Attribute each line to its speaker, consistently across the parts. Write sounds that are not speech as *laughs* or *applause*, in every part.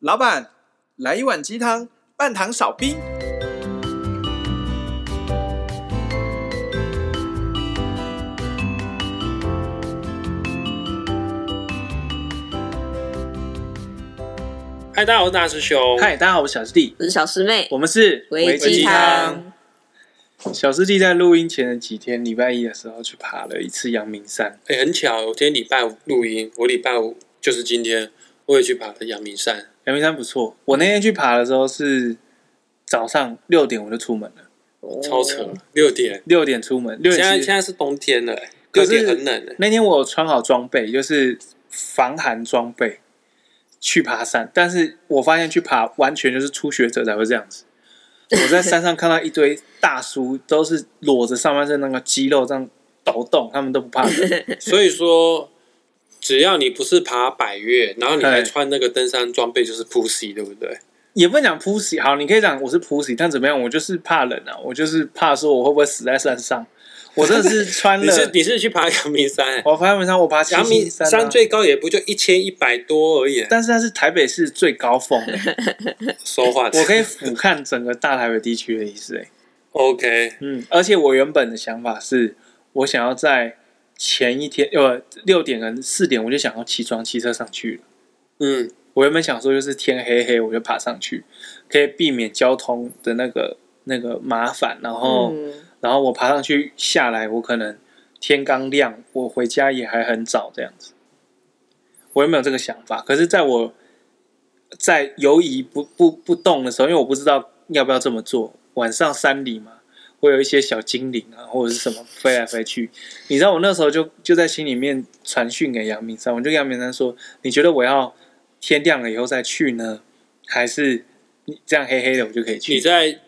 Speaker 1: 老板，来一碗鸡汤，半糖少冰。
Speaker 2: 嗨，大家好，我是大师兄。
Speaker 1: 嗨，大家好，我是小师弟，
Speaker 3: 我是小师妹，
Speaker 1: 我们是
Speaker 3: 维
Speaker 2: 鸡
Speaker 3: 鸡
Speaker 2: 汤
Speaker 3: 汤。
Speaker 1: 小师弟在录音前的几天，礼拜一的时候去爬了一次阳明山，
Speaker 2: 哎、很巧，我今天礼拜五录音，我礼拜五就是今天，我也去爬了阳明山。
Speaker 1: 阳明山不错。我那天去爬的时候是早上六点我就出门了，
Speaker 2: 超扯，六点。
Speaker 1: 六点出门，哦六
Speaker 2: 现在
Speaker 1: 点其
Speaker 2: 现
Speaker 1: 实
Speaker 2: 在是冬天了、欸，
Speaker 1: 可
Speaker 2: 六
Speaker 1: 是
Speaker 2: 点很冷、欸。
Speaker 1: 那天我有穿好装备，就是防寒装备去爬山，但是我发现去爬完全就是初学者才会这样子。我在山上看到一堆大叔，都是裸着上半身那个肌肉这样抖动，他们都不怕冷。
Speaker 2: *laughs* 所以说，只要你不是爬百越，然后你还
Speaker 1: 哎
Speaker 2: 穿那个登山装备，就是 pussy，对不对？
Speaker 1: 也不能讲 pussy，好，你可以讲我是 pussy，但怎么样，我就是怕冷啊，我就是怕说我会不会死在山上。我真的
Speaker 2: *laughs*
Speaker 1: 哦是穿
Speaker 2: 你
Speaker 1: 了，
Speaker 2: 是你是去爬阳明山、欸，
Speaker 1: 我爬阳明山，我爬七
Speaker 2: 阳明
Speaker 1: 星山、啊
Speaker 2: 山，最高也不就一千一百多而已、欸。
Speaker 1: 但是它是台北市最高
Speaker 2: *laughs*
Speaker 1: 峰，
Speaker 2: 说话
Speaker 1: 我可以俯瞰整个大台北地区的意思。哎，
Speaker 2: OK，
Speaker 1: 嗯，而且我原本的想法是，我想要在前一天，呃，六点跟四点我就想要起床骑车上去了。
Speaker 2: 嗯，
Speaker 1: 我原本想说，就是天黑黑我就爬上去，可以避免交通的那个那个麻烦，然后。
Speaker 3: 嗯
Speaker 1: 然后我爬上去下来，我可能天刚亮，我回家也还很早这样子。我也没有这个想法，可是在我在犹疑不不不动的时候，因为我不知道要不要这么做，晚上山里嘛，会有一些小精灵啊或者是什么飞来飞去。你知道我那时候就就在心里面传讯给阳明山，我就跟阳明山说：“你觉得我要天亮了以后再去呢，还是你这样黑黑的我就可以去？”
Speaker 2: 你在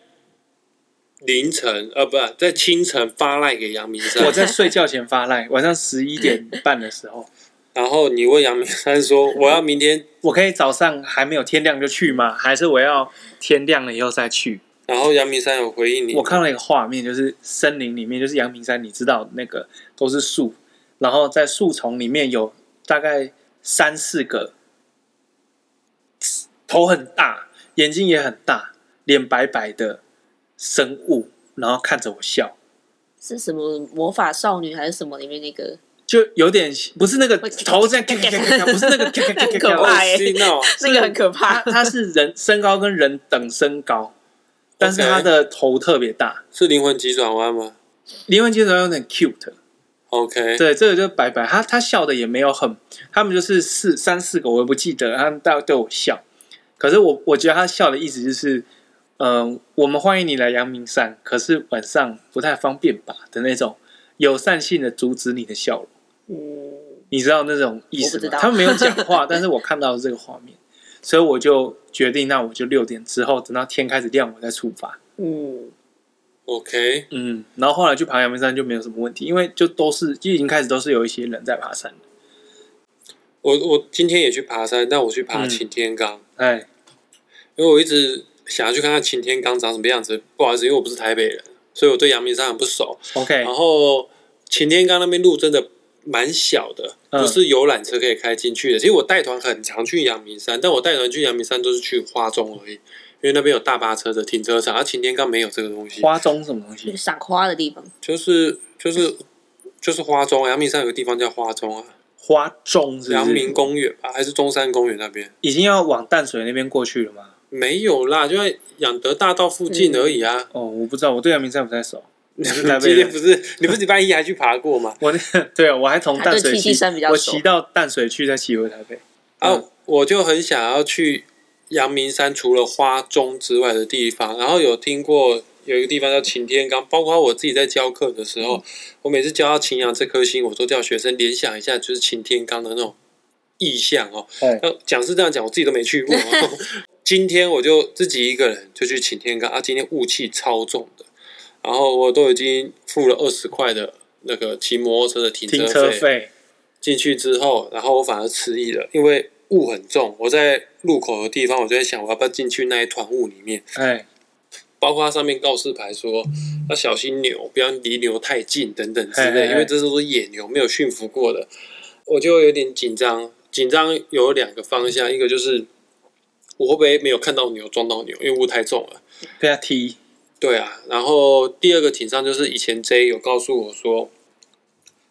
Speaker 2: 凌晨呃，不在清晨发赖给阳明山，
Speaker 1: 我在睡觉前发赖，晚上十一点半的时
Speaker 3: 嗯
Speaker 1: 候，
Speaker 2: 然后你问阳明山说：“我要明天。
Speaker 1: 我可以早上还没有天亮就去吗？还是我要天亮了以后再去？”
Speaker 2: 然后阳明山有回应你
Speaker 1: 我，看到一个画面，就是森林里面，就是阳明山，你知道那个都是树，然后在树丛里面有大概三四个，头很大，眼睛也很大，脸白白的生物，然后看着我笑。
Speaker 3: 是什么魔法少女还是什么里面那个？
Speaker 1: 就有点不是那个头这样，咔咔咔咔不是那个咔咔咔咔咔，
Speaker 3: 很可怕欸
Speaker 2: 哦是那种
Speaker 3: *laughs* 那个很可怕 *laughs*
Speaker 1: 它，它是人身高跟人等身高，但是它的头特别大。
Speaker 2: 是灵魂急转弯吗
Speaker 1: 林文杰总有点 cute，
Speaker 2: ？OK，
Speaker 1: 对，这个就白白，他他笑的也没有很，他们就是四三四个，我也不记得，他们大对我笑。可是我我觉得他笑的意思就是，嗯、我们欢迎你来阳明山，可是晚上不太方便吧的那种友善性的阻止你的笑容，
Speaker 3: 嗯，
Speaker 1: 你知道那种意
Speaker 3: 我不
Speaker 1: 思
Speaker 3: 知
Speaker 1: 吗？
Speaker 3: 道
Speaker 1: 他们没有讲话， *laughs* 但是我看到了这个画面，所以我就决定，那我就六点之后，等到天开始亮，我再出发。
Speaker 3: 嗯，
Speaker 2: OK，
Speaker 1: 嗯，然后后来去爬阳明山就没有什么问题，因为就都是就已经开始都是有一些人在爬山了。
Speaker 2: 我我今天也去爬山，但我去爬
Speaker 1: 嗯
Speaker 2: 擎天岗，
Speaker 1: 哎，
Speaker 2: 因为我一直想要去看看擎天岗长什么样子。不好意思，因为我不是台北人，所以我对阳明山很不熟。
Speaker 1: OK，
Speaker 3: 哦
Speaker 2: 然后擎天岗那边路真的蛮小的，
Speaker 1: 嗯
Speaker 2: 不是游览车可以开进去的。其实我带团很常去阳明山，但我带团去阳明山都是去花中而已，因为那边有大巴车的停车场，而擎天岗没有这个东西，
Speaker 1: 花中什么东
Speaker 3: 就
Speaker 1: 西
Speaker 3: 是？赏花的地方，
Speaker 2: 就是就是就是花中啊，阳明山有个地方叫花中啊，
Speaker 1: 花中是不
Speaker 2: 阳
Speaker 1: 是
Speaker 2: 明公园吧，还是中山公园那边？
Speaker 1: 已经要往淡水那边过去了吗？
Speaker 2: 没有啦，就在养德大道附近而已啊。
Speaker 1: 哦，我不知道，我对阳明山不太
Speaker 3: *laughs*
Speaker 1: 熟。
Speaker 2: 你
Speaker 1: 台北人
Speaker 2: 今天不是你不是礼拜一还去爬过吗？
Speaker 1: 我那对啊，我还从
Speaker 3: 他
Speaker 1: 淡
Speaker 3: 对
Speaker 1: 水
Speaker 3: 七七
Speaker 1: 骑，
Speaker 3: 山比较
Speaker 1: 我
Speaker 3: 熟
Speaker 1: 骑到淡水去，再骑回台北。
Speaker 2: 啊
Speaker 1: 嗯，
Speaker 2: 我就很想要去阳明山，除了花中之外的地方。然后有听过有一个地方叫擎天岗，包括我自己在教课的时
Speaker 1: 嗯
Speaker 2: 候，我每次教到擎羊这颗星，我都叫学生联想一下，就是擎天岗的那种意象哦。
Speaker 1: 哎，
Speaker 2: *laughs* 呃，讲是这样讲，我自己都没去过。 *laughs* 今天我就自己一个人就去擎天岗啊，今天雾气超重的，然后我都已经付了二十块的那个骑摩托车的停
Speaker 1: 停
Speaker 2: 车
Speaker 1: 车
Speaker 2: 费。
Speaker 1: 费，
Speaker 2: 进去之后，然后我反而迟疑了，因为雾很重。我在路口的地方，我就在想，我要不要进去那一团雾里面？
Speaker 1: 哎，
Speaker 2: 包括它上面告示牌说要小心牛，不要离牛太近等等之
Speaker 1: 嘿嘿
Speaker 2: 类，
Speaker 1: 嘿
Speaker 2: 因为这都是野牛，没有驯服过的，我就有点紧张。紧张有两个方向，一个就是我会不会没有看到牛撞到牛，因为雾太重了。
Speaker 1: 被他踢，
Speaker 2: 对啊，然后第二个挺上就是以前 J 有告诉我说，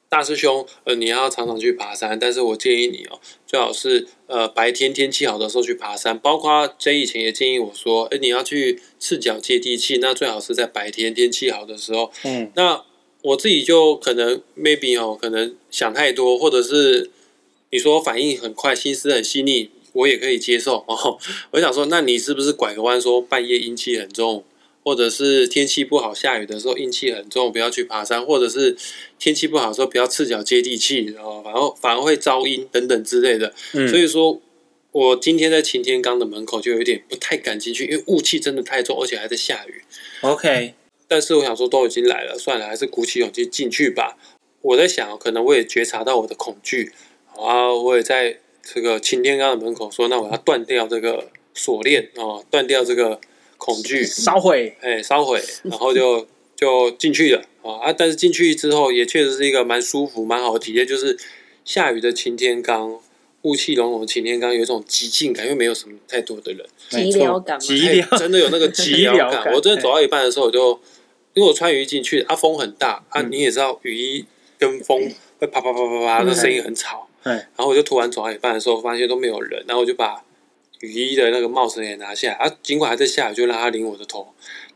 Speaker 2: 大师兄，呃，你要常常去爬山，但是我建议你哦，最好是呃白天天气好的时候去爬山。包括 J 以前也建议我说，哎，你要去赤脚接地气，那最好是在白天天气好的时候。
Speaker 1: 嗯，
Speaker 2: 那我自己就可能 maybe 哦，可能想太多，或者是你说反应很快，心思很细腻，我也可以接受哦。我想说，那你是不是拐个弯说半夜阴气很重，或者是天气不好下雨的时候阴气很重，不要去爬山，或者是天气不好的时候不要赤脚接地气，然后反而反而会招阴等等之类的。
Speaker 1: 嗯
Speaker 2: 所以说。我今天在擎天岗的门口就有点不太敢进去，因为雾气真的太重，而且还在下雨。
Speaker 1: OK，
Speaker 2: 但是我想说，都已经来了，算了，还是鼓起勇气进去吧。我在想，可能我也觉察到我的恐惧，啊，我也在这个擎天岗的门口说，那我要断掉这个锁链哦，断掉这个恐
Speaker 1: *laughs*
Speaker 2: 惧，
Speaker 1: 烧毁，
Speaker 2: 哎，烧毁，然后就就进去了啊啊！但是进去之后，也确实是一个蛮舒服、蛮好的体验，就是下雨的擎天岗，雾气笼笼的擎天岗，有一种极静感，因为没有什么太多的人。
Speaker 1: 没
Speaker 3: 急流
Speaker 1: 错
Speaker 3: 感，吗
Speaker 1: 急流
Speaker 2: 哎，真的有那个
Speaker 1: 急
Speaker 2: 急
Speaker 1: 流
Speaker 2: 感。
Speaker 1: 感哎
Speaker 2: 我真的走到一半的时候，我就因为我穿雨衣进去，啊，风很大，啊，
Speaker 1: 嗯
Speaker 2: 你也知道雨衣跟风会啪啪啪啪啪，
Speaker 3: 嗯
Speaker 2: 那声音很吵。
Speaker 1: 嗯
Speaker 2: 然后我就突然走到一半的时候，发现都没有人，然后我就把雨衣的那个帽子也拿下来，啊，尽管还在下雨，就让它淋我的头，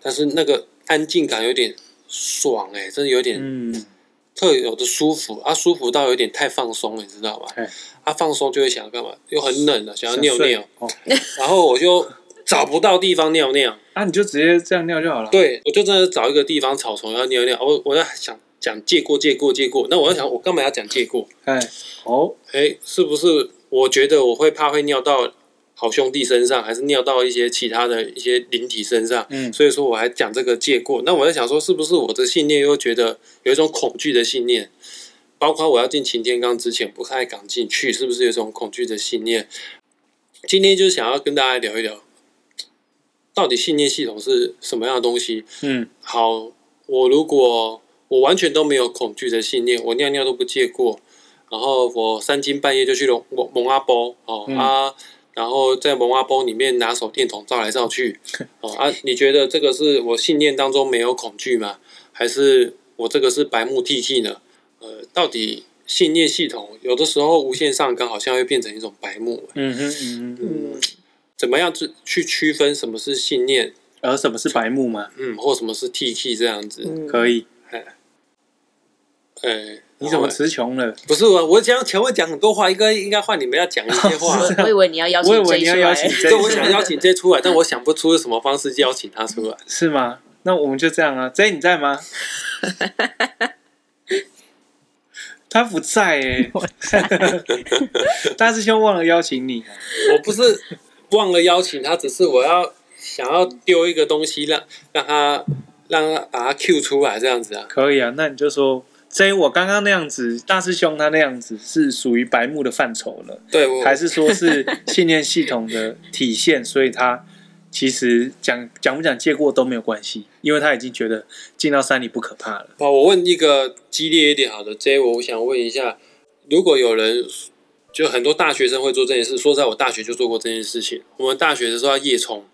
Speaker 2: 但是那个安静感有点爽哎、真的有点
Speaker 1: 嗯，
Speaker 2: 特有的舒服，啊，舒服到有点太放松了，你知道吗
Speaker 1: 哎？
Speaker 2: 啊，放松就会想要干嘛？又很冷了，想要尿
Speaker 1: 想睡
Speaker 2: 尿，
Speaker 1: 哦，
Speaker 2: 然后我就找不到地方尿尿。
Speaker 1: 啊，你就直接这样尿就好了，，
Speaker 2: 对，我就真的找一个地方草丛要尿尿。我我在想讲借过借过借过，那我在想我干嘛要讲借过？
Speaker 1: 哎，哦，
Speaker 2: 哎，是不是我觉得我会怕会尿到好兄弟身上，还是尿到一些其他的一些灵体身上？
Speaker 1: 嗯，
Speaker 2: 所以说我还讲这个借过。那我在想说，是不是我的信念又觉得有一种恐惧的信念？包括我要进擎天岗之前不太敢进去，是不是有一种恐惧的信念？今天就是想要跟大家聊一聊，到底信念系统是什么样的东西？
Speaker 1: 嗯，
Speaker 2: 好，我如果我完全都没有恐惧的信念，我尿尿都不借过，然后我三更半夜就去了蒙蒙阿波哦、
Speaker 1: 嗯
Speaker 2: 啊，然后在蒙阿波里面拿手电筒照来照去哦啊，你觉得这个是我信念当中没有恐惧吗？还是我这个是白目 T T 呢？呃，到底信念系统有的时候无限上纲，好像会变成一种白目。
Speaker 1: 嗯哼，嗯哼，
Speaker 3: 嗯，
Speaker 2: 怎么样去去区分什么是信念，
Speaker 1: 而呃什么是白目吗？
Speaker 2: 嗯，或什么是 T T 这样子？
Speaker 3: 嗯
Speaker 1: 可以，
Speaker 2: 哎、
Speaker 1: 你怎么
Speaker 2: 然后
Speaker 1: 词穷了？
Speaker 2: 不是我，我讲前会讲很多话，应该应该换你们要讲一些话。
Speaker 3: *laughs* 我我以为你要
Speaker 1: *laughs*
Speaker 3: 邀
Speaker 1: 我以
Speaker 3: 请
Speaker 1: 为
Speaker 3: J
Speaker 1: 你要
Speaker 3: 出
Speaker 1: 邀请 *laughs*
Speaker 2: 对，
Speaker 3: 来，
Speaker 1: J
Speaker 2: 我想邀请 J 出来，但我想不出什么方式邀请他出来。
Speaker 1: 是吗？那我们就这样啊，J 你在 *laughs* 吗？他不在 *laughs* 哎、大师兄忘了邀请你啊、
Speaker 2: 我不是忘了邀请他，只是我要想要丢一个东西让让他让他把他 Q 出来这样子啊。
Speaker 1: 可以啊，那你就说 J 我刚刚那样子，大师兄他那样子是属于白目的范畴了，
Speaker 2: 对我
Speaker 1: 还是说是信念系统的体现？所以他其实讲讲不讲借过都没有关系，因为他已经觉得进到山里不可怕了。
Speaker 2: 好，我问一个激烈一点好的 J，我想问一下，如果有人就很多大学生会做这件事，说实在我大学就做过这件事情。我们大学的时候要夜冲，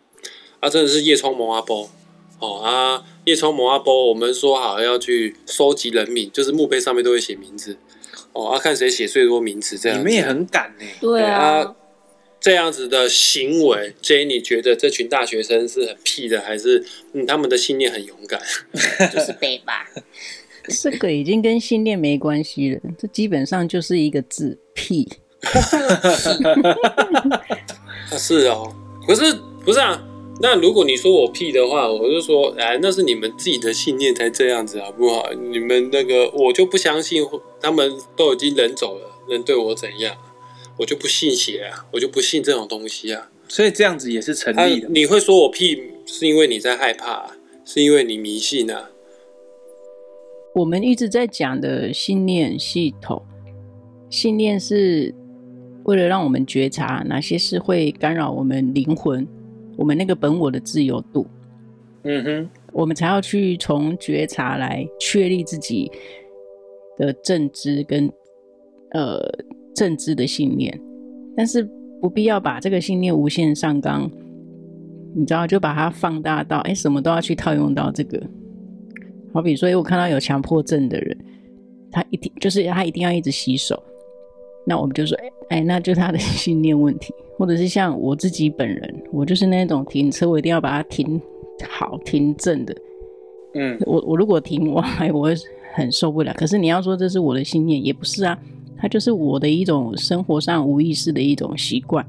Speaker 2: 啊，真的是夜冲蒙阿波哦啊，夜冲蒙阿波，我们说好要去收集人名，就是墓碑上面都会写名字哦，啊，看谁写最多名字这样
Speaker 1: 你
Speaker 2: 子。
Speaker 1: 们也很敢呢、
Speaker 3: *laughs* 对
Speaker 1: 呃
Speaker 3: 啊，
Speaker 2: 这样子的行为，J，你觉得这群大学生是很屁的，还是嗯他们的信念很勇敢？
Speaker 3: 就是北
Speaker 1: *laughs*
Speaker 3: 吧，
Speaker 4: 这个已经跟信念没关系了，这基本上就是一个字屁。
Speaker 2: 啊，是哦，可是不是啊？那如果你说我屁的话，我就说，哎，那是你们自己的信念才这样子，好不好？你们那个，我就不相信，他们都已经人走了，能对我怎样？我就不信邪啊，我就不信这种东西啊。
Speaker 1: 所以这样子也是成
Speaker 2: 啊
Speaker 1: 立的。
Speaker 2: 你会说我屁，是因为你在害怕、啊，是因为你迷信啊。
Speaker 4: 我们一直在讲的信念系统，信念是为了让我们觉察哪些是会干扰我们灵魂、我们那个本我的自由度，
Speaker 1: 嗯哼，
Speaker 4: 我们才要去从觉察来确立自己的正知跟呃正知的信念。但是不必要把这个信念无限上纲，你知道，就把它放大到哎，什么都要去套用到这个。好比说，我看到有强迫症的人，他一定就是他一定要一直洗手，那我们就说，哎哎，那就他的 *laughs* 信念问题，或者是像我自己本人，我就是那种停车我一定要把它停好停正的，
Speaker 1: 嗯，
Speaker 4: 我我如果停歪，我会很受不了。可是你要说这是我的信念，也不是啊，它就是我的一种生活上无意识的一种习惯。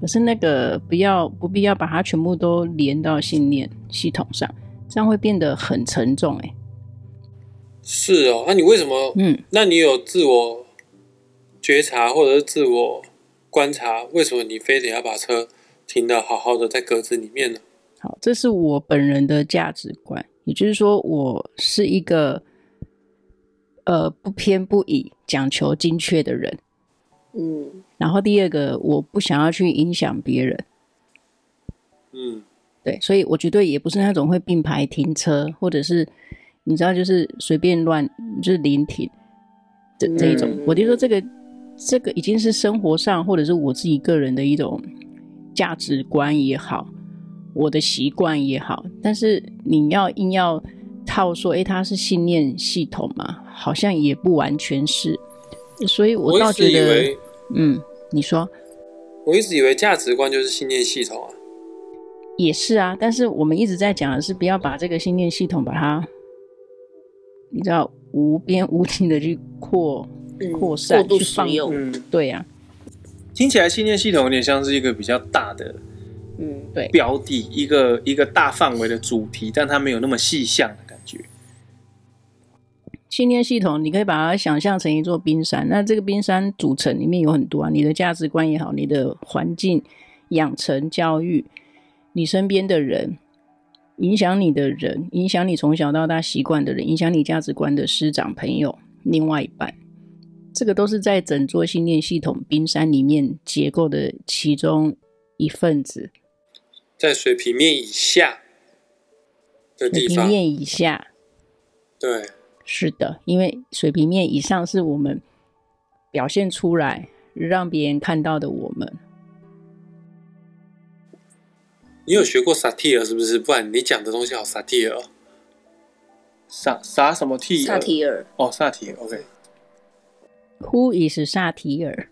Speaker 4: 可是那个不要不必要把它全部都连到信念系统上，这样会变得很沉重、欸。哎，
Speaker 2: 是哦，那、你为什么？
Speaker 4: 嗯，
Speaker 2: 那你有自我觉察或者是自我观察，为什么你非得要把车停得好好的在格子里面呢？
Speaker 4: 好，这是我本人的价值观，也就是说，我是一个呃不偏不倚、讲求精确的人。
Speaker 3: 嗯，
Speaker 4: 然后第二个，我不想要去影响别人。
Speaker 2: 嗯，
Speaker 4: 对，所以我绝对也不是那种会并排停车，或者是你知道，就是随便乱就是临停这这一种。
Speaker 3: 嗯
Speaker 4: 我就说这个这个已经是生活上或者是我自己个人的一种价值观也好，我的习惯也好，但是你要硬要套说，诶，它是信念系统嘛，好像也不完全是。所以我
Speaker 2: 我
Speaker 4: 倒
Speaker 2: 一直
Speaker 4: 觉
Speaker 2: 以
Speaker 4: 得
Speaker 2: 为，，
Speaker 4: 嗯，你说。
Speaker 2: 我一直以为价值观就是信念系统啊。
Speaker 4: 也是啊，但是我们一直在讲的是不要把这个信念系统把它，你知道无边无尽的去扩
Speaker 3: 嗯
Speaker 4: 扩散、
Speaker 3: 过度
Speaker 4: 去
Speaker 3: 使
Speaker 4: 放
Speaker 3: 用，
Speaker 1: 嗯，
Speaker 4: 对啊呀、
Speaker 1: 听起来信念系统有点像是一个比较大的
Speaker 3: 嗯，
Speaker 4: 对
Speaker 1: 标的，一个一个大范围的主题，但它没有那么细项的感觉。
Speaker 4: 信念系统，你可以把它想象成一座冰山。那这个冰山组成里面有很多啊，你的价值观也好，你的环境、养成、教育，你身边的人，影响你的人，影响你从小到大习惯的人，影响你价值观的师长、朋友、另外一半，这个都是在整座信念系统冰山里面结构的其中一份子。
Speaker 2: 在水平面以下的
Speaker 4: 水
Speaker 2: 地
Speaker 4: 平
Speaker 2: 方，
Speaker 4: 面以下，
Speaker 2: 对，
Speaker 4: 是的，因为水平面以上是我们表现出来让别人看到的我们。
Speaker 2: 你有学过萨提尔是不是？不然你讲的东西好萨提尔哦。
Speaker 1: 萨萨什么提尔？
Speaker 3: 萨提尔，
Speaker 1: 哦，萨提尔，OK，
Speaker 4: Who is 萨提尔？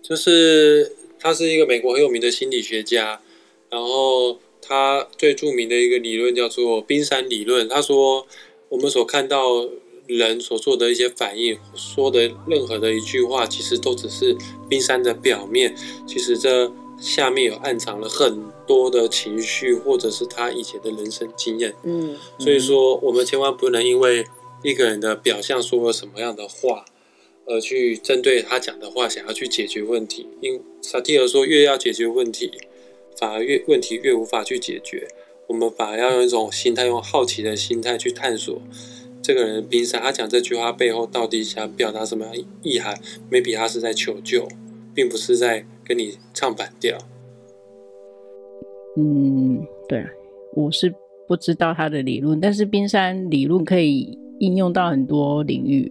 Speaker 2: 就是他是一个美国很有名的心理学家，然后他最著名的一个理论叫做冰山理论。他说，我们所看到人所做的一些反应，说的任何的一句话，其实都只是冰山的表面，其实这下面有暗藏了很多的情绪，或者是他以前的人生经验。
Speaker 3: 嗯
Speaker 2: 所以说，我们千万不能因为一个人的表象说了什么样的话，而去针对他讲的话想要去解决问题。因萨提尔说，越要解决问题，反而越问题越无法去解决。我们反而要用一种心态，用好奇的心态去探索这个人的冰山。他讲这句话背后到底想表达什么样的意涵？maybe 他是在求救，并不是在跟你唱反调。
Speaker 4: 嗯，对啊，我是不知道他的理论，但是冰山理论可以应用到很多领域，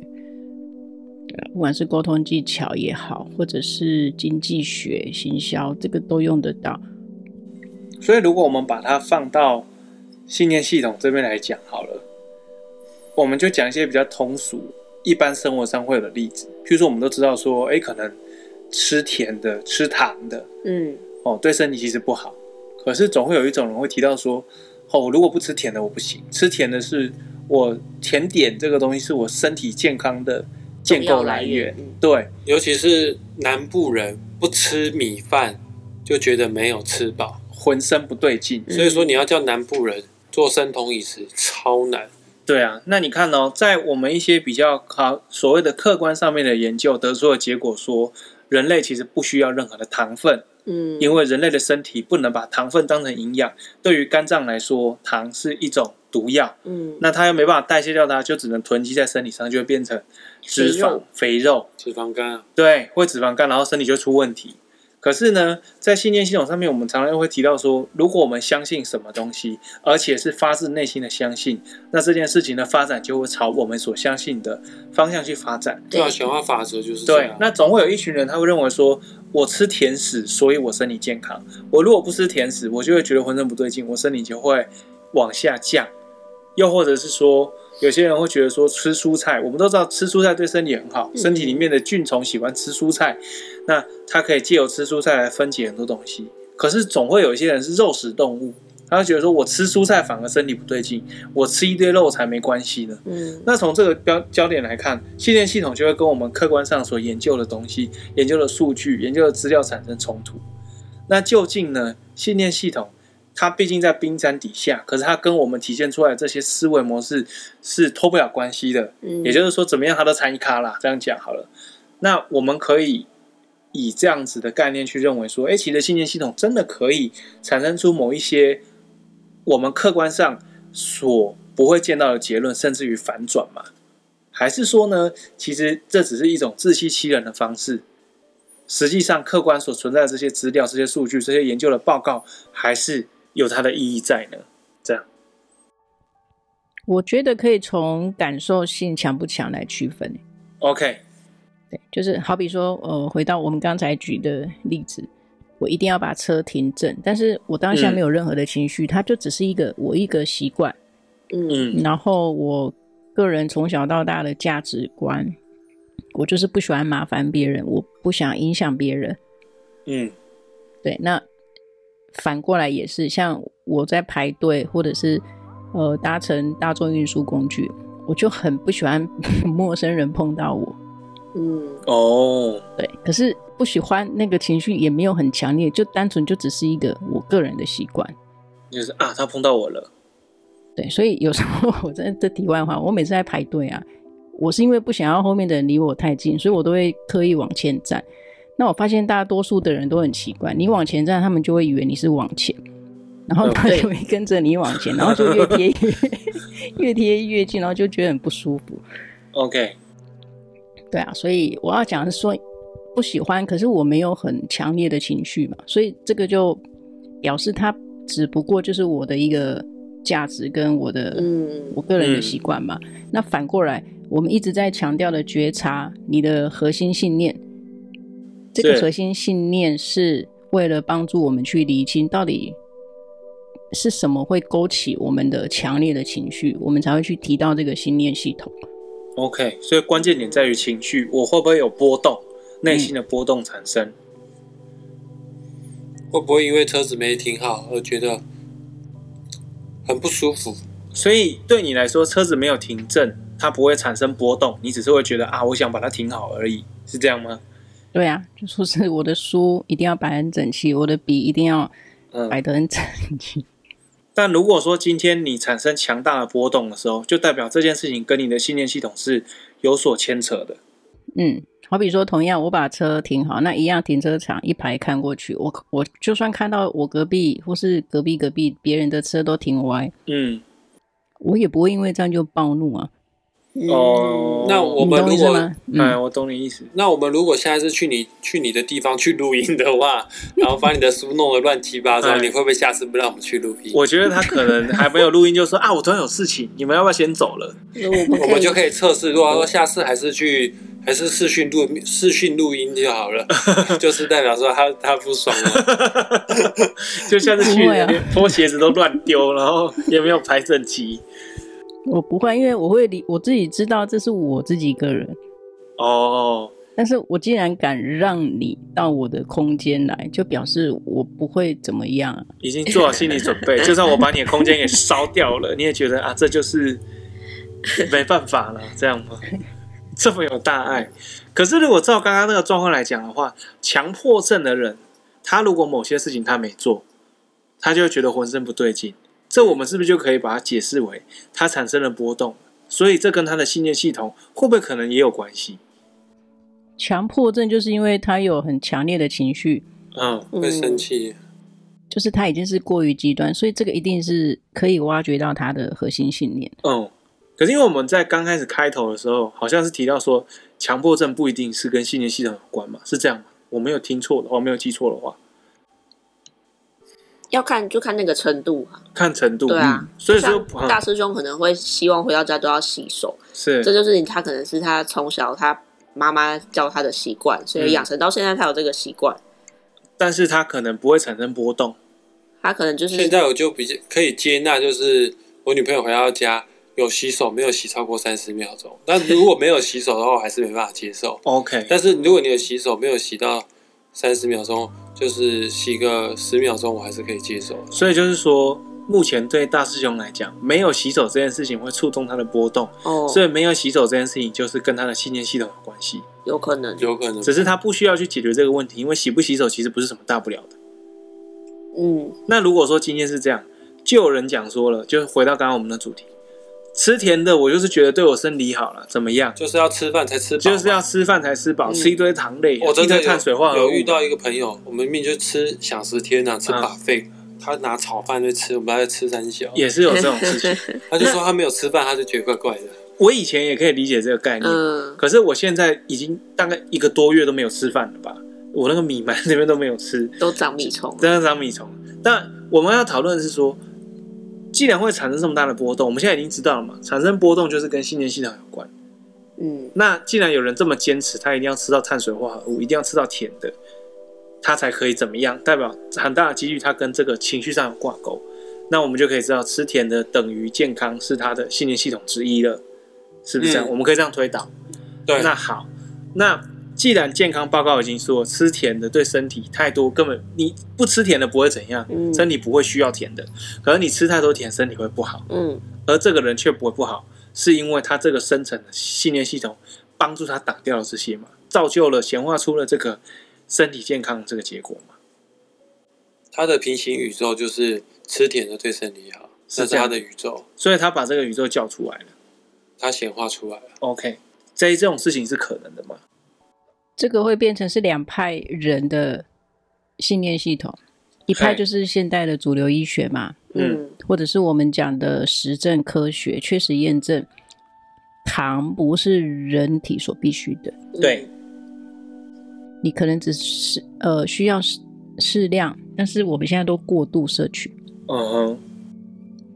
Speaker 4: 对啊不管是沟通技巧也好，或者是经济学、行销，这个都用得到。
Speaker 1: 所以如果我们把它放到信念系统这边来讲好了，我们就讲一些比较通俗、一般生活上会有的例子。譬如说，我们都知道说，哎，可能吃甜的、吃糖的，
Speaker 3: 嗯
Speaker 1: 哦，对身体其实不好。可是总会有一种人会提到说，哦，我如果不吃甜的我不行，吃甜的是我甜点这个东西是我身体健康的建构来源
Speaker 3: 重要来源嗯。
Speaker 1: 对，
Speaker 2: 尤其是南部人不吃米饭，就觉得没有吃饱。
Speaker 1: 浑身不对劲。
Speaker 3: 嗯
Speaker 2: 所以说，你要叫南部人做生酮饮食超难。
Speaker 1: 对啊，那你看哦，在我们一些比较好所谓的客观上面的研究得出的结果说，人类其实不需要任何的糖分，
Speaker 3: 嗯，
Speaker 1: 因为人类的身体不能把糖分当成营养。对于肝脏来说，糖是一种毒药，
Speaker 3: 嗯
Speaker 1: 那它又没办法代谢掉它，就只能囤积在身体上，就会变成脂
Speaker 3: 肥
Speaker 1: 肪
Speaker 3: 肉、
Speaker 1: 肥肉，
Speaker 2: 脂肪肝啊，
Speaker 1: 对，会脂肪肝，然后身体就出问题。可是呢，在信念系统上面，我们常常会提到说，如果我们相信什么东西，而且是发自内心的相信，那这件事情的发展就会朝我们所相信的方向去发展。
Speaker 2: 对啊，
Speaker 3: 对
Speaker 2: 显化法则就是这
Speaker 1: 对
Speaker 2: 样，。
Speaker 1: 那总会有一群人，他会认为说，我吃甜食，所以我身体健康。我如果不吃甜食，我就会觉得浑身不对劲，我身体就会往下降。又或者是说，有些人会觉得说吃蔬菜，我们都知道吃蔬菜对身体很好，
Speaker 2: 嗯
Speaker 1: 身体里面的菌虫喜欢吃蔬菜，那它可以借由吃蔬菜来分解很多东西。可是总会有一些人是肉食动物，他会觉得说我吃蔬菜反而身体不对劲，我吃一堆肉才没关系呢。
Speaker 3: 嗯
Speaker 1: 那从这个标焦点来看，信念系统就会跟我们客观上所研究的东西、研究的数据、研究的资料产生冲突。那究竟呢？信念系统它毕竟在冰山底下，可是它跟我们体现出来的这些思维模式是脱不了关系的。
Speaker 3: 嗯，
Speaker 1: 也就是说，怎么样它都参一咖啦，这样讲好了。那我们可以以这样子的概念去认为说，哎，其实信念系统真的可以产生出某一些我们客观上所不会见到的结论，甚至于反转嘛？还是说呢，其实这只是一种自欺欺人的方式？实际上，客观所存在的这些资料、这些数据、这些研究的报告，还是有它的意义在呢？
Speaker 4: 我觉得可以从感受性强不强来区分。
Speaker 1: OK，
Speaker 4: 对，就是好比说，呃，回到我们刚才举的例子，我一定要把车停正，但是我当下
Speaker 1: 嗯
Speaker 4: 没有任何的情绪，它就只是一个我一个习惯，
Speaker 3: 嗯
Speaker 1: 嗯
Speaker 4: 然后我个人从小到大的价值观，我就是不喜欢麻烦别人，我不想影响别人。
Speaker 1: 嗯
Speaker 4: 对，那反过来也是，像我在排队或者是呃搭乘大众运输工具，我就很不喜欢 *laughs* 陌生人碰到我。
Speaker 3: 嗯
Speaker 1: 哦，
Speaker 4: 对，可是不喜欢那个情绪也没有很强烈，就单纯就只是一个我个人的习惯。
Speaker 1: 就是啊，他碰到我了。
Speaker 4: 对，所以有时候我真的这题外话，我每次在排队啊，我是因为不想要后面的人离我太近，所以我都会刻意往前站。那我发现大多数的人都很奇怪，你往前站，他们就会以为你是往前，然后
Speaker 1: 嗯
Speaker 4: 他
Speaker 3: 对
Speaker 4: 就会跟着你往前，然后就越 *laughs* 贴越越贴越近，然后就觉得很不舒服。
Speaker 1: OK，
Speaker 4: 对啊，所以我要讲的是说不喜欢，可是我没有很强烈的情绪嘛，所以这个就表示它只不过就是我的一个价值跟我的、
Speaker 3: 嗯
Speaker 4: 我个人的习惯嘛。那反过来，我们一直在强调的觉察你的核心信念，这个
Speaker 1: 是
Speaker 4: 核心信念是为了帮助我们去厘清到底。是什么会勾起我们的强烈的情绪，我们才会去提到这个信念系统。
Speaker 1: OK，所以关键点在于情绪，我会不会有波动，
Speaker 2: 嗯
Speaker 1: 内心的波动产生。
Speaker 2: 会不会因为车子没停好而觉得很不舒服？
Speaker 1: 所以对你来说，车子没有停正，它不会产生波动，你只是会觉得啊，我想把它停好而已，是这样吗？
Speaker 4: 对啊，就说是我的书一定要摆很整齐，我的笔一定要
Speaker 1: 嗯。
Speaker 4: 摆得很整齐。
Speaker 1: 但如果说今天你产生强大的波动的时候，就代表这件事情跟你的信念系统是有所牵扯的。
Speaker 4: 嗯，好比说，同样我把车停好，那一样停车场一排看过去，我我就算看到我隔壁或是隔壁隔壁别人的车都停歪，
Speaker 1: 嗯，
Speaker 4: 我也不会因为这样就暴怒啊。
Speaker 1: 哦，
Speaker 2: 嗯
Speaker 3: 嗯
Speaker 2: 那我
Speaker 4: 你
Speaker 2: 们
Speaker 4: 懂
Speaker 2: 如
Speaker 4: 意思
Speaker 2: 果
Speaker 4: 吗？
Speaker 1: 哎，
Speaker 4: 嗯，
Speaker 1: 我懂你意思。
Speaker 2: 那我们如果下一次去你去你的地方去录音的话，然后把你的书弄得乱七八糟，
Speaker 1: *laughs* 哎
Speaker 2: 你会不会下次不让我们去录音？
Speaker 1: 我觉得他可能还没有录音，就说啊，我突然有事情，你们要不要先走了？
Speaker 3: 那我们
Speaker 2: 我们就
Speaker 3: 以
Speaker 2: 可以测试，如果说下次还是去还是视讯录视讯录音就
Speaker 1: *laughs*
Speaker 2: 好了，就是代表说他他不爽了。
Speaker 1: *laughs* 就下次去
Speaker 4: 不会啊
Speaker 1: 连拖鞋子都乱丢，然后也没有排整齐。
Speaker 4: 我不会，因为我会理我自己知道这是我自己一个人，
Speaker 1: 哦，
Speaker 4: 但是我既然敢让你到我的空间来，就表示我不会怎么样啊。
Speaker 1: 已经做好心理准
Speaker 4: *laughs*
Speaker 1: 备，就算我把你的空间给烧掉了，你也觉得啊，这就是没办法了，这样吗？这么有大爱。可是如果照刚刚那个状况来讲的话，强迫症的人，他如果某些事情他没做，他就会觉得浑身不对劲。这我们是不是就可以把它解释为他产生了波动？所以这跟他的信念系统会不会可能也有关系？
Speaker 4: 强迫症就是因为他有很强烈的情绪，
Speaker 1: 嗯，
Speaker 2: 会生气，
Speaker 4: 就是他已经是过于极端，所以这个一定是可以挖掘到他的核心信念。
Speaker 1: 嗯，可是因为我们在刚开始开头的时候，好像是提到说，强迫症不一定是跟信念系统有关嘛，是这样吗？我没有听错的话，我没有记错的话，
Speaker 3: 要看就看那个程度啊，
Speaker 1: 看程度。
Speaker 3: 对啊
Speaker 1: 嗯，所以说
Speaker 3: 像，大
Speaker 1: 嗯、
Speaker 3: 师兄可能会希望回到家都要洗手，这
Speaker 1: 是
Speaker 3: 就是他可能是他从小他妈妈教他的习惯，所
Speaker 1: 嗯
Speaker 3: 以养成到现在他有这个习惯。
Speaker 1: 但是它可能不会产生波动。
Speaker 3: 他可能就是
Speaker 2: 现在我就比较可以接纳，就是我女朋友回到家有洗手，没有洗超过三十秒钟。但如果没有洗手的话，我还是没办法接受。
Speaker 1: OK，
Speaker 2: 但是如果你有洗手，没有洗到三十秒钟，就是洗个十秒钟，我还是可以接受的。
Speaker 1: 所以就是说，目前对大师兄来讲，没有洗手这件事情会触动他的波动，
Speaker 3: 哦，
Speaker 1: 所以没有洗手这件事情就是跟他的信念系统有关系。
Speaker 3: 有可能，
Speaker 2: 有可能
Speaker 1: 只是他不需要去解决这个问题，因为洗不洗手其实不是什么大不了的。
Speaker 3: 嗯，
Speaker 1: 那如果说今天是这样，就有人讲说了，就是回到刚刚我们的主题，吃甜的我就是觉得对我身体好了，怎么样？
Speaker 2: 就是要吃饭才吃饱嘛，
Speaker 1: 就是要吃饭才吃饱，
Speaker 3: 嗯
Speaker 1: 吃一堆糖类，
Speaker 2: 我真
Speaker 1: 一
Speaker 2: 的
Speaker 1: 堆
Speaker 2: 有
Speaker 1: 碳水化合物
Speaker 2: 有遇到一个朋友，我们明明就吃享食天呐、吃
Speaker 1: 嗯
Speaker 2: 把费、他拿炒饭去吃，我们还在吃三小，
Speaker 1: 也是有这种事情。
Speaker 2: 他就说他没有吃饭，他就觉得怪怪的。
Speaker 1: 我以前也可以理解这个概念，
Speaker 3: *laughs* 嗯，
Speaker 1: 可是我现在已经大概一个多月都没有吃饭了吧？我那个米馒那边都没有吃，
Speaker 3: 都长米虫了，
Speaker 1: 真的长米虫。但我们要讨论的是说，既然会产生这么大的波动，我们现在已经知道了嘛，产生波动就是跟信念系统有关。
Speaker 3: 嗯，
Speaker 1: 那既然有人这么坚持，他一定要吃到碳水化合物，一定要吃到甜的，他才可以怎么样？代表很大的几率他跟这个情绪上有挂钩。那我们就可以知道，吃甜的等于健康是他的信念系统之一了，是不是这样？
Speaker 2: 嗯
Speaker 1: 我们可以这样推导。
Speaker 2: 对，
Speaker 1: 那好，那既然健康报告已经说吃甜的对身体太多，根本你不吃甜的不会怎样，
Speaker 3: 嗯
Speaker 1: 身体不会需要甜的。可是你吃太多甜，身体会不好。
Speaker 3: 嗯，
Speaker 1: 而这个人却不会不好，是因为他这个深层的信念系统帮助他挡掉了这些嘛，造就了显化出了这个身体健康这个结果嘛。
Speaker 2: 他的平行宇宙就是吃甜的对身体好，
Speaker 1: 是
Speaker 2: 那是
Speaker 1: 这样
Speaker 2: 他的宇宙，
Speaker 1: 所以他把这个宇宙叫出来了。
Speaker 2: 他显化出来了。
Speaker 1: OK，这这种事情是可能的嘛？
Speaker 4: 这个会变成是两派人的信念系统，一派
Speaker 1: 嘿
Speaker 4: 就是现代的主流医学嘛，
Speaker 1: 嗯
Speaker 3: 嗯，
Speaker 4: 或者是我们讲的实证科学，确实验证糖不是人体所必须的，
Speaker 3: 嗯
Speaker 1: 对，
Speaker 4: 你可能只是呃需要适适量，但是我们现在都过度摄取，
Speaker 1: 嗯哼，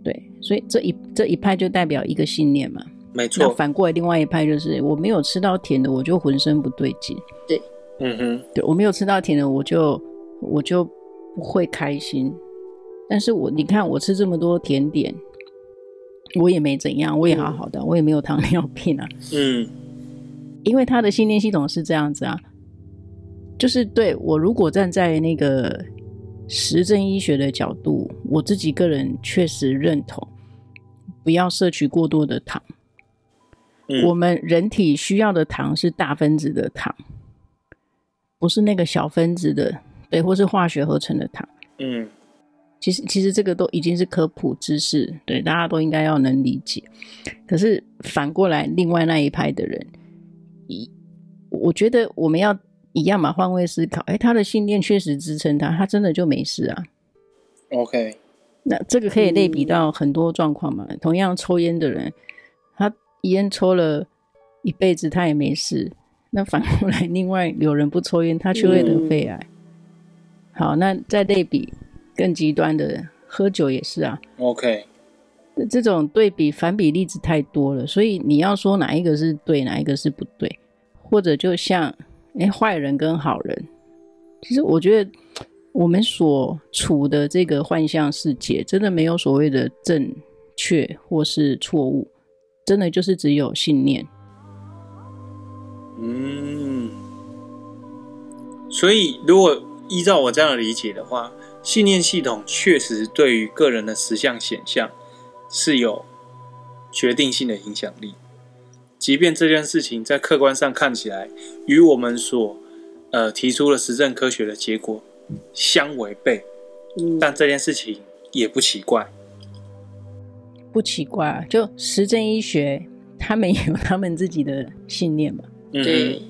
Speaker 4: 对，所以这一这一派就代表一个信念嘛。
Speaker 1: 没
Speaker 4: 那
Speaker 1: 错。
Speaker 4: 反过来，另外一派就是我没有吃到甜的，我就浑身不对劲；
Speaker 1: 嗯哼，
Speaker 4: 对我没有吃到甜的，我就我就不会开心。但是我你看，我吃这么多甜点，我也没怎样，我也好好的，我也没有糖尿病啊。
Speaker 1: 嗯，
Speaker 4: 因为他的信念系统是这样子啊，就是对我如果站在那个实证医学的角度，我自己个人确实认同，不要摄取过多的糖。
Speaker 1: 嗯
Speaker 4: 我们人体需要的糖是大分子的糖，不是那个小分子的，对，或是化学合成的糖。
Speaker 1: 嗯，
Speaker 4: 其实其实这个都已经是科普知识，对大家都应该要能理解。可是反过来，另外那一派的人，一我觉得我们要一样嘛，换位思考。哎，他的信念确实支撑他，他真的就没事啊。
Speaker 1: OK，
Speaker 4: 那这个可以类比到很多状况嘛。同样抽烟的人，他烟抽了一辈子，他也没事。那反过来，另外有人不抽烟，他却会得肺癌。好，那再类比更极端的人，喝酒也是啊。
Speaker 1: OK，
Speaker 4: 这这种对比反比例子太多了，所以你要说哪一个是对，哪一个是不对，或者就像哎坏人跟好人，其实我觉得我们所处的这个幻象世界，真的没有所谓的正确或是错误，真的就是只有信念。
Speaker 1: 嗯。所以，如果依照我这样的理解的话，信念系统确实对于个人的十项显象是有决定性的影响力。即便这件事情在客观上看起来与我们所呃提出的实证科学的结果相违背，
Speaker 3: 嗯，
Speaker 1: 但这件事情也不奇怪。
Speaker 4: 不奇怪啊，就实证医学，他们也有他们自己的信念嘛。
Speaker 1: 嗯
Speaker 3: 对
Speaker 1: 哼，，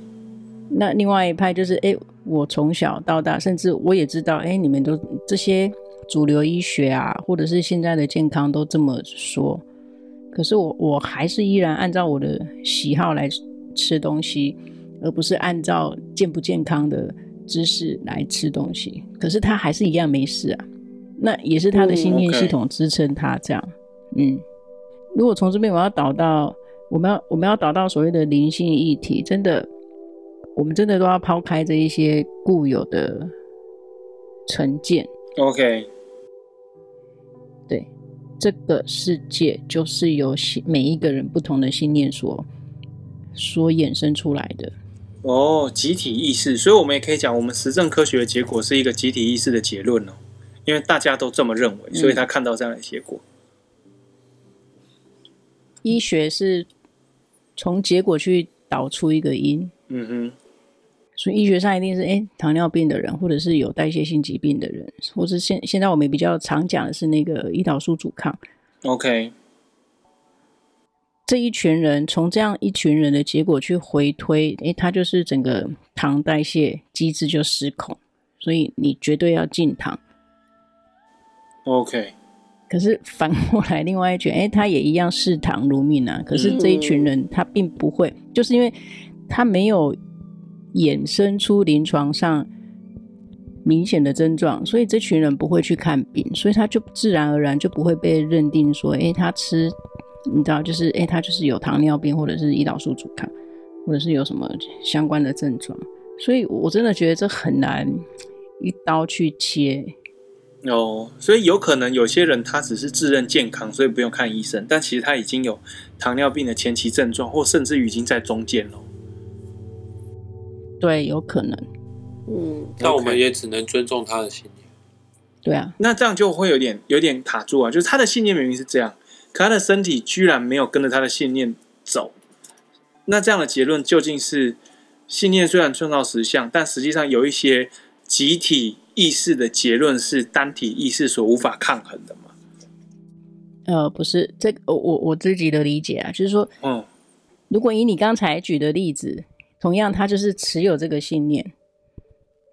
Speaker 4: 那另外一派就是，哎、我从小到大，甚至我也知道，哎、你们都这些主流医学啊，或者是现在的健康都这么说，可是我我还是依然按照我的喜好来吃东西，而不是按照健不健康的知识来吃东西。可是他还是一样没事啊，那也是他的信念系统支撑他这样。嗯，如果从这边我要导到，我们要我们要导到所谓的灵性议题，真的我们真的都要抛开这一些固有的成见，
Speaker 1: OK，
Speaker 4: 对，这个世界就是由信每一个人不同的信念所所衍生出来的。
Speaker 1: 哦，集体意识，所以我们也可以讲，我们实证科学的结果是一个集体意识的结论哦，因为大家都这么认为，
Speaker 4: 嗯
Speaker 1: 所以他看到这样的结果。
Speaker 4: 医学是从结果去导出一个因，
Speaker 1: 嗯
Speaker 4: 所以医学上一定是哎、诶糖尿病的人，或者是有代谢性疾病的人，或是现现在我们比较常讲的是那个胰岛素阻抗
Speaker 1: 哼，OK，
Speaker 4: 这一群人，从这样一群人的结果去回推，哎、他就是整个糖代谢机制就失控，所以你绝对要禁糖。
Speaker 1: OK，
Speaker 4: 可是反过来，另外一群，哎、他也一样视糖如命啊。可是这一群人，他并不会，就是因为他没有衍生出临床上明显的症状，所以这群人不会去看病，所以他就自然而然就不会被认定说，哎、他吃，你知道，就是哎、他就是有糖尿病，或者是胰岛素阻抗，或者是有什么相关的症状。所以我真的觉得这很难一刀去切，
Speaker 1: 哦，所以有可能有些人他只是自认健康，所以不用看医生，但其实他已经有糖尿病的前期症状，或甚至于已经在中间了。哦
Speaker 4: 对，有可能，
Speaker 3: 嗯，
Speaker 2: 但我们也只能尊重他的信念。
Speaker 4: 对啊。
Speaker 1: 那这样就会有点有点卡住啊，就是他的信念明明是这样，可他的身体居然没有跟着他的信念走。那这样的结论究竟是信念虽然创造实相，但实际上有一些集体意识的结论是单体意识所无法抗衡的嘛？
Speaker 4: 呃，不是这个，我我我自己的理解啊，就是说，
Speaker 1: 嗯，
Speaker 4: 如果以你刚才举的例子，同样他就是持有这个信念，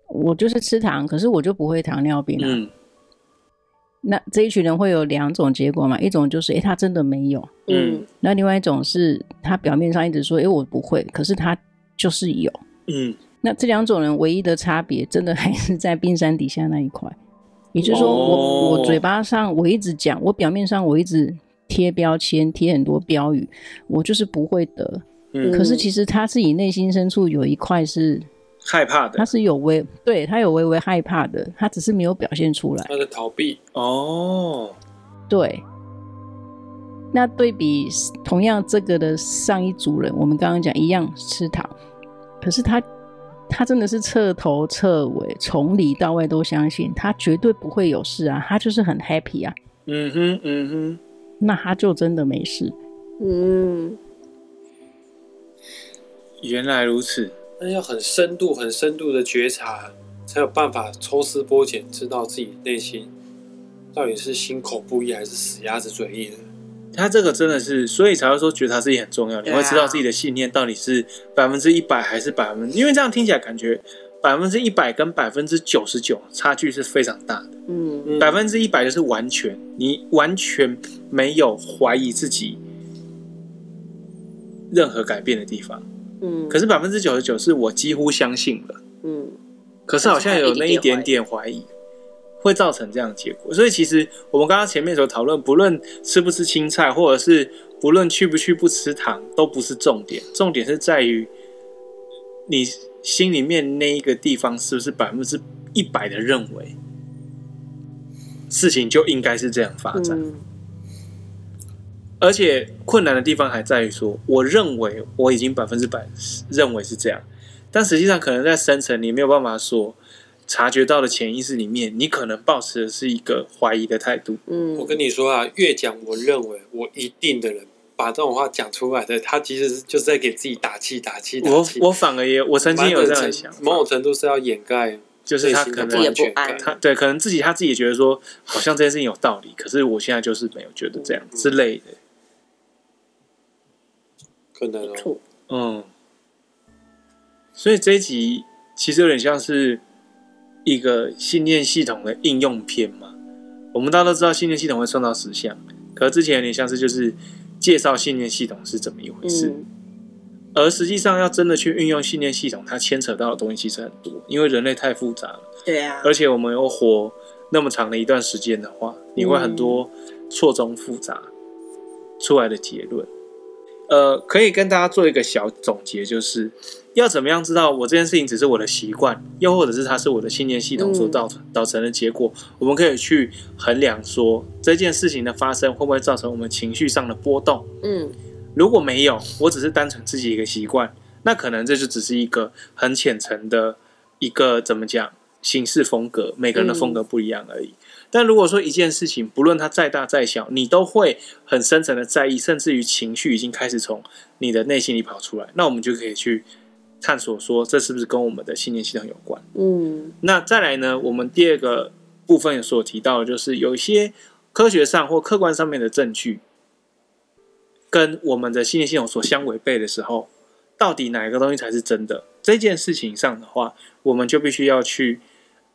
Speaker 4: 我就是吃糖，可是我就不会糖尿病啊。
Speaker 1: 嗯
Speaker 4: 那这一群人会有两种结果嘛，一种就是诶他真的没有，
Speaker 1: 嗯
Speaker 3: 嗯
Speaker 4: 那另外一种是他表面上一直说诶我不会，可是他就是有。
Speaker 1: 嗯，
Speaker 4: 那这两种人唯一的差别，真的还是在冰山底下那一块。也就是说我，我、
Speaker 1: 哦
Speaker 4: 嘴巴上我一直讲，我表面上我一直贴标签，贴很多标语，我就是不会得。
Speaker 1: 嗯
Speaker 4: 可是其实他自己内心深处有一块是，
Speaker 1: 害怕
Speaker 4: 他
Speaker 1: 的
Speaker 4: 是有微对他有微微害怕的，他只是没有表现出来。
Speaker 2: 他在逃避，
Speaker 1: 哦，
Speaker 4: 对。那对比同样这个的上一组人，我们刚刚讲一样吃糖，可是他他真的是彻头彻尾，从里到外都相信他绝对不会有事啊，他就是很 happy 啊，
Speaker 1: 嗯哼嗯哼，
Speaker 4: 那他就真的没事。
Speaker 3: 嗯，
Speaker 1: 原来如此，
Speaker 2: 那要很深度、很深度的觉察，才有办法抽丝剥茧，知道自己内心到底是心口不一还是死鸭子嘴硬的。
Speaker 1: 他这个真的是，所以才会说觉察自己很重要。你
Speaker 2: 对啊
Speaker 1: 会知道自己的信念到底是百分之一百还是百分，因为这样听起来感觉百分之一百跟百分之九十九差距是非常大的。
Speaker 3: 嗯，
Speaker 1: 百分之一百就是完全，你完全没有怀疑自己任何改变的地方。
Speaker 3: 嗯，
Speaker 1: 可是百分之九十九是我几乎相信了，
Speaker 3: 嗯，
Speaker 1: 可是好像有那一点点怀疑，会造成这样的结果。所以其实我们刚刚前面所讨论，不论吃不吃青菜，或者是不论去不去不吃糖，都不是重点，重点是在于你心里面那一个地方是不是百分之一百的认为事情就应该是这样发展。
Speaker 3: 嗯
Speaker 1: 而且困难的地方还在于说，我认为我已经百分之百认为是这样，但实际上可能在深层你没有办法所察觉到的潜意识里面，你可能抱持的是一个怀疑的态度。
Speaker 3: 嗯，
Speaker 2: 我跟你说啊，越讲我认为我一定的人，把这种话讲出来的，他其实是就是在给自己打气、打气、打
Speaker 1: 我
Speaker 2: 气。
Speaker 1: 我反而也我曾经有这样的想
Speaker 2: 某
Speaker 1: 法，
Speaker 2: 种程度是要掩盖，
Speaker 1: 就是他可
Speaker 3: 自己
Speaker 1: 能
Speaker 3: 的不安
Speaker 1: 他对可能自己他自己也觉得说，好像这件事情有道理，可是我现在就是没有觉得这样之类的。
Speaker 2: 可能哦、
Speaker 3: 错，
Speaker 1: 嗯，所以这一集其实有点像是一个信念系统的应用篇嘛。我们大家都知道信念系统会创造实相，可是之前有点像是就是介绍信念系统是怎么一回事，
Speaker 3: 嗯
Speaker 1: 而实际上要真的去运用信念系统，它牵扯到的东西其实很多，因为人类太复杂了。
Speaker 3: 对啊，
Speaker 1: 而且我们又活那么长的一段时间的话，你会很多错综复杂出来的结论。呃，可以跟大家做一个小总结，就是要怎么样知道我这件事情只是我的习惯，又或者是它是我的信念系统所
Speaker 3: 嗯
Speaker 1: 造造成的结果。我们可以去衡量说这件事情的发生会不会造成我们情绪上的波动。
Speaker 3: 嗯
Speaker 1: 如果没有，我只是单纯自己一个习惯，那可能这就只是一个很浅层的一个怎么讲行事风格，每个人的风格不一样而已。但如果说一件事情，不论它再大再小，你都会很深层的在意，甚至于情绪已经开始从你的内心里跑出来，那我们就可以去探索说，这是不是跟我们的信念系统有关？
Speaker 3: 嗯
Speaker 1: 那再来呢，我们第二个部分有所提到的，就是有一些科学上或客观上面的证据，跟我们的信念系统所相违背的时候，到底哪一个东西才是真的？这件事情上的话，我们就必须要去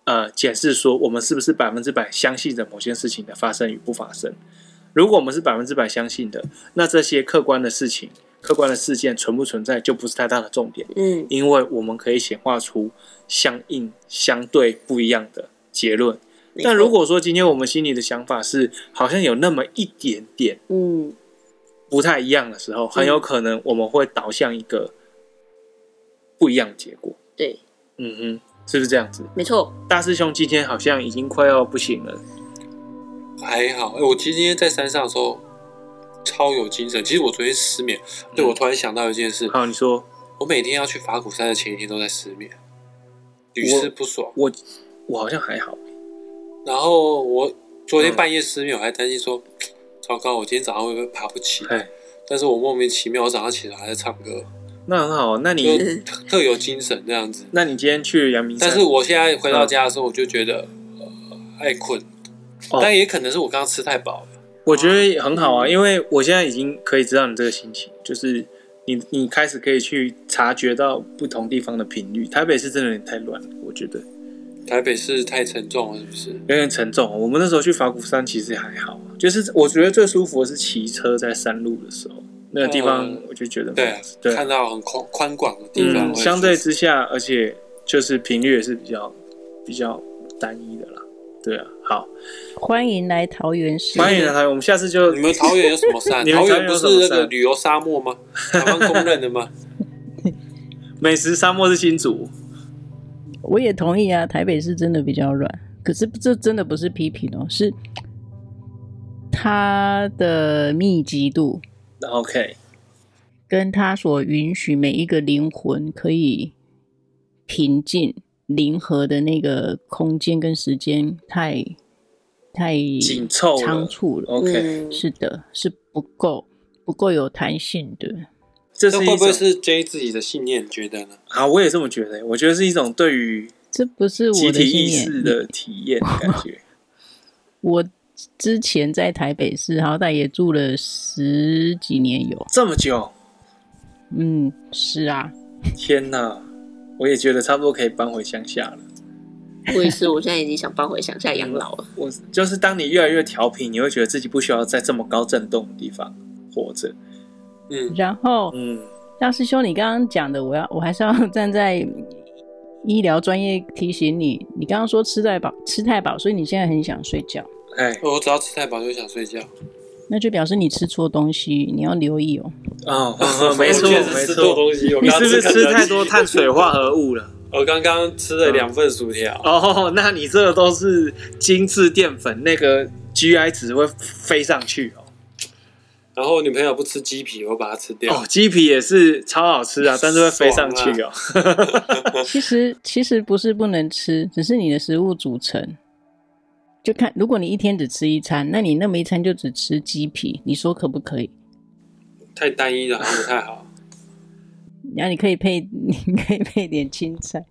Speaker 1: 呃检视说，我们是不是百分之百相信着某件事情的发生与不发生。如果我们是百分之百相信的，那这些客观的事情、客观的事件存不存在，就不是太大的重点。
Speaker 3: 嗯
Speaker 1: 因为我们可以显化出相应、相对不一样的结论。
Speaker 3: 没错
Speaker 1: 但如果说今天我们心里的想法是好像有那么一点点
Speaker 3: 嗯
Speaker 1: 不太一样的时候，很有可能我们会导向一个不一样的结果。
Speaker 3: 对，
Speaker 1: 嗯哼，是不是这样子？
Speaker 3: 没错，
Speaker 1: 大师兄今天好像已经快要不行了。
Speaker 2: 还好，哎、我其实今天在山上的时候超有精神。其实我昨天失眠，对
Speaker 1: 嗯
Speaker 2: 我突然想到一件事，
Speaker 1: 好，你说
Speaker 2: 我每天要去法鼓山的前一天都在失眠，屡试不爽。
Speaker 1: 我，我好像还好。
Speaker 2: 然后我昨天
Speaker 1: 嗯
Speaker 2: 半夜失眠，我还担心说，糟糕，我今天早上会不会爬不起？
Speaker 1: 哎，
Speaker 2: 但是我莫名其妙，我早上起来还在唱歌，
Speaker 1: 那很好。那
Speaker 2: 就
Speaker 1: 你，
Speaker 2: 特特有精神这样子。
Speaker 1: 那你今天去阳明山？
Speaker 2: 但是我现在
Speaker 1: 嗯
Speaker 2: 回到家的时候，我就觉得、呃、爱困，
Speaker 1: 哦
Speaker 2: 但也可能是我刚刚吃太饱了。
Speaker 1: 我觉得很好
Speaker 2: 嗯
Speaker 1: 啊，因为我现在已经可以知道你这个心情，就是你你开始可以去察觉到不同地方的频率。台北是真的有点太乱了，我觉得
Speaker 2: 台北市太沉重了，是不是？
Speaker 1: 有点沉重。啊我们那时候去法鼓山其实还好，啊就是我觉得最舒服的是骑车在山路的时候，那个地方
Speaker 2: 嗯
Speaker 1: 我就觉得
Speaker 2: 对啊，
Speaker 1: 对
Speaker 2: 看到很宽宽广的地方、
Speaker 1: 嗯，相对之下，而且就是频率也是比较比较单一的啦。对啊，好，
Speaker 4: 欢迎来桃园市，
Speaker 1: 欢迎来台，我们下次就
Speaker 2: 你们桃园
Speaker 1: *laughs*
Speaker 2: 有什么山？
Speaker 1: 你们
Speaker 2: 桃
Speaker 1: 桃园
Speaker 2: 园不
Speaker 1: 有
Speaker 2: 是
Speaker 1: 什么
Speaker 2: 那个
Speaker 1: 山
Speaker 2: 旅游沙漠吗？台湾公认
Speaker 1: *laughs*
Speaker 2: 的吗？
Speaker 1: 美食沙漠是新竹，
Speaker 4: 我也同意啊，台北是真的比较软，可是这真的不是批评哦，是它的密集度
Speaker 1: 那 OK，
Speaker 2: 嗯
Speaker 4: 跟它所允许每一个灵魂可以平静灵和的那个空间跟时间太太
Speaker 1: 紧凑
Speaker 4: 仓
Speaker 1: 了哦
Speaker 4: 促了，
Speaker 1: OK。
Speaker 3: 嗯
Speaker 4: 是的，是不够不够有弹性的。
Speaker 1: 这
Speaker 2: 这
Speaker 1: 是一
Speaker 2: 会不会
Speaker 1: 种
Speaker 2: 是 J 自己的信念？你觉得呢？
Speaker 1: 啊？我也这么觉得，我觉得是一种对于
Speaker 4: 这不是我
Speaker 1: 集
Speaker 4: 的
Speaker 1: 体
Speaker 4: 信
Speaker 1: 意
Speaker 4: 念
Speaker 1: 识的体验感觉。
Speaker 4: 我之前在台北市，好歹也住了十几年有。
Speaker 1: 这么久，
Speaker 4: 嗯，是啊，
Speaker 1: 天哪！我也觉得差不多可以搬回乡下了。
Speaker 3: 我也是，我现在已经想搬回乡下养老了。 *laughs*
Speaker 1: 我就是当你越来越调皮，你会觉得自己不需要在这么高震动的地方活着。
Speaker 2: 嗯，
Speaker 4: 然后
Speaker 1: 嗯，
Speaker 4: 大师兄，你刚刚讲的，我要我还是要 *laughs* 站在医疗专业提醒你，你刚刚说吃太饱，吃太饱，所以你现在很想睡觉，
Speaker 1: 哎
Speaker 2: 我只要吃太饱就想睡觉。
Speaker 4: 那就表示你吃错东西，你要留意哦。
Speaker 1: 哦，没错
Speaker 2: *laughs* 我确实
Speaker 1: 没
Speaker 2: 吃多
Speaker 1: 错，
Speaker 2: 东西。我
Speaker 1: 你
Speaker 2: 刚
Speaker 1: 是
Speaker 2: 刚
Speaker 1: 不是吃
Speaker 2: 肯德 *laughs*
Speaker 1: 太
Speaker 2: 基
Speaker 1: 多？碳水化合物了？
Speaker 2: 我刚刚吃了两份薯条。
Speaker 1: 哦，那你这个都是精致淀粉，那个 GI 值会飞上去哦。
Speaker 2: 然后我女朋友不吃鸡皮，我把它吃掉。
Speaker 1: 哦，鸡皮也是超好吃 *laughs* 啊，但是会飞上去哦。
Speaker 4: 其实其实不是不能吃，只是你的食物组成。就看，如果你一天只吃一餐，那你那么一餐就只吃鸡皮，你说可不可以？
Speaker 2: 太单一了，好像不太好。
Speaker 4: 然后你可以配， *laughs* 你可以配点青菜。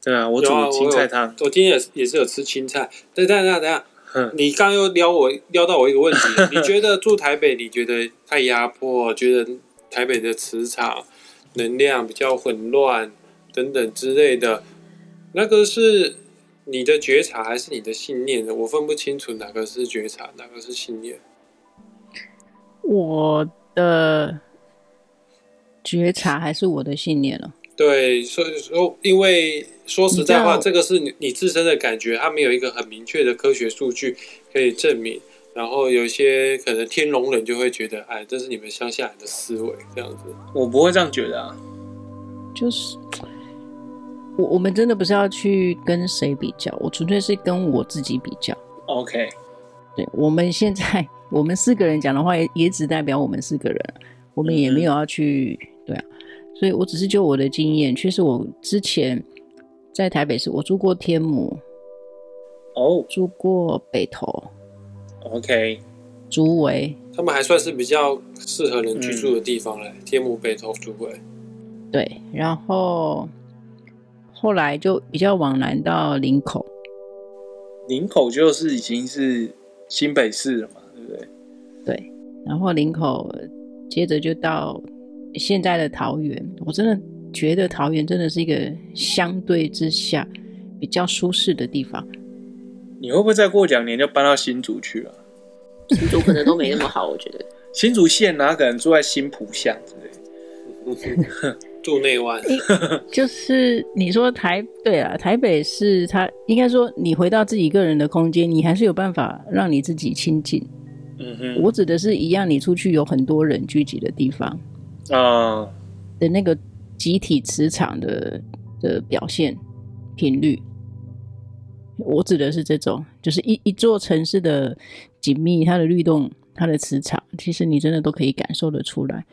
Speaker 1: *laughs* 对啊，我煮
Speaker 2: 有啊
Speaker 1: 青菜
Speaker 2: 我
Speaker 1: 汤。
Speaker 2: 有我今天也是也是有吃青菜。等等等等，
Speaker 1: 哼
Speaker 2: 你刚刚又撩我撩到我一
Speaker 1: *laughs*
Speaker 2: 个问题，你觉得住台北，你觉得太压迫，觉得台北的磁场能量比较混乱等等之类的，那个是你的觉察还是你的信念呢？我分不清楚哪个是觉察，哪个是信念。
Speaker 4: 我的觉察还是我的信念了。
Speaker 2: 对，所以说，因为说实在话，
Speaker 4: 你知道
Speaker 2: 这个是你你自身的感觉，它没有一个很明确的科学数据可以证明。然后有一些可能天龙人就会觉得，哎，这是你们乡下人的思维这样子。
Speaker 1: 我不会这样觉得啊。
Speaker 4: 就是我我们真的不是要去跟谁比较，我纯粹是跟我自己比较。
Speaker 1: OK，
Speaker 4: 对我们现在我们四个人讲的话也，也只代表我们四个人，我们也没有要去、对啊，所以我只是就我的经验，确实我之前在台北市，我住过天母，
Speaker 1: 哦、
Speaker 4: 住过北投、
Speaker 1: o k
Speaker 4: 竹围，
Speaker 2: 他们还算是比较适合人居住的地方嘞，天母北投竹
Speaker 1: *laughs*
Speaker 2: 围。
Speaker 4: 对，然后后来就比较往南到林口，
Speaker 1: 林口就是已经是新北市了嘛，对不对？
Speaker 4: 对，然后林口接着就到现在的桃园，我真的觉得桃园真的是一个相对之下比较舒适的地方。
Speaker 1: 你会不会再过两年就搬到新竹去了、
Speaker 3: 新竹可能都没那么好，我觉得。
Speaker 1: 新竹县哪可能住在新浦乡之类的？
Speaker 2: 住内湾，
Speaker 4: 就是你说台对啊，台北是它应该说你回到自己个人的空间，你还是有办法让你自己亲近。
Speaker 1: 嗯哼，
Speaker 4: 我指的是一样，你出去有很多人聚集的地方
Speaker 1: 啊、
Speaker 4: 的那个集体磁场的的表现频率。我指的是这种，就是一一座城市的紧密，它的律动，它的磁场，其实你真的都可以感受得出来。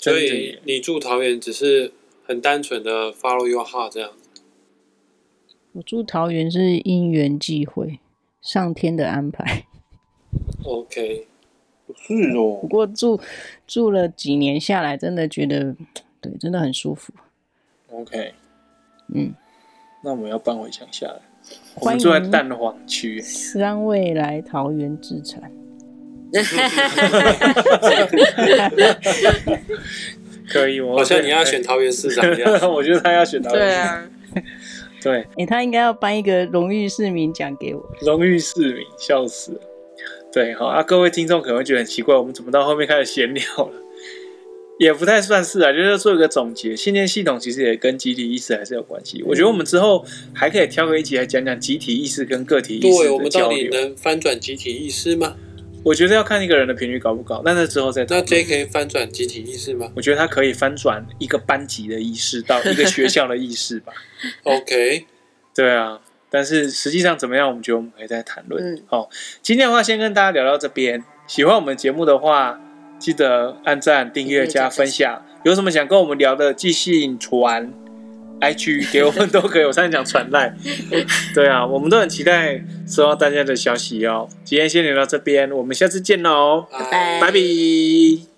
Speaker 1: 真
Speaker 2: 所
Speaker 1: 的耶
Speaker 2: 以你住桃园只是很单纯的 follow your heart 这样。
Speaker 4: 我住桃园是因缘际会，上天的安排。 *laughs*
Speaker 2: OK，
Speaker 1: 是
Speaker 4: 不
Speaker 1: 哦，
Speaker 4: 过住住了几年下来，真的觉得对，真的很舒服。
Speaker 1: OK，
Speaker 4: 嗯，
Speaker 1: 那我们要搬回乡下了。我
Speaker 4: 欢
Speaker 1: 们住在
Speaker 4: 迎
Speaker 1: 蛋黄区，
Speaker 4: 三位来桃园自产。
Speaker 1: 可以？我
Speaker 2: 好像你要选，桃园市长一样。
Speaker 1: *laughs* 我觉得他要选到
Speaker 3: 啊，
Speaker 1: 对，
Speaker 4: 诶，他应该要颁一个荣誉市民奖给我。
Speaker 1: 荣誉市民，笑死了。对，好啊，各位听众可能会觉得很奇怪，我们怎么到后面开始闲聊了？也不太算是啊，就是做一个总结。信念系统其实也跟集体意识还是有关系。我觉得我们之后还可以挑个一集来讲讲集体意识跟个体意识
Speaker 2: 对，我
Speaker 1: 的
Speaker 2: 们
Speaker 1: 交
Speaker 2: 到底
Speaker 1: 流。
Speaker 2: 能翻转集体意识吗？
Speaker 1: 我觉得要看一个人的频率高不高，但是之后再
Speaker 2: 那
Speaker 1: 讨论。
Speaker 2: J 可以翻转集体意识吗
Speaker 1: 我觉得他可以翻转一个班级的意识到一个学校的意识吧。
Speaker 2: ？OK，
Speaker 1: 对啊，但是实际上怎么样，我们觉得我们可以再谈论。
Speaker 3: 嗯
Speaker 1: 好、今天的话先跟大家聊到这边。喜欢我们节目的话，记得按赞、订阅、加分享。有什么想跟我们聊的，寄信传 IG 给我们都可以。我上次讲传赖，对啊，我们都很期待收到大家的消息哦。今天先聊到这边，我们下次见喽，
Speaker 3: 拜
Speaker 1: 拜拜。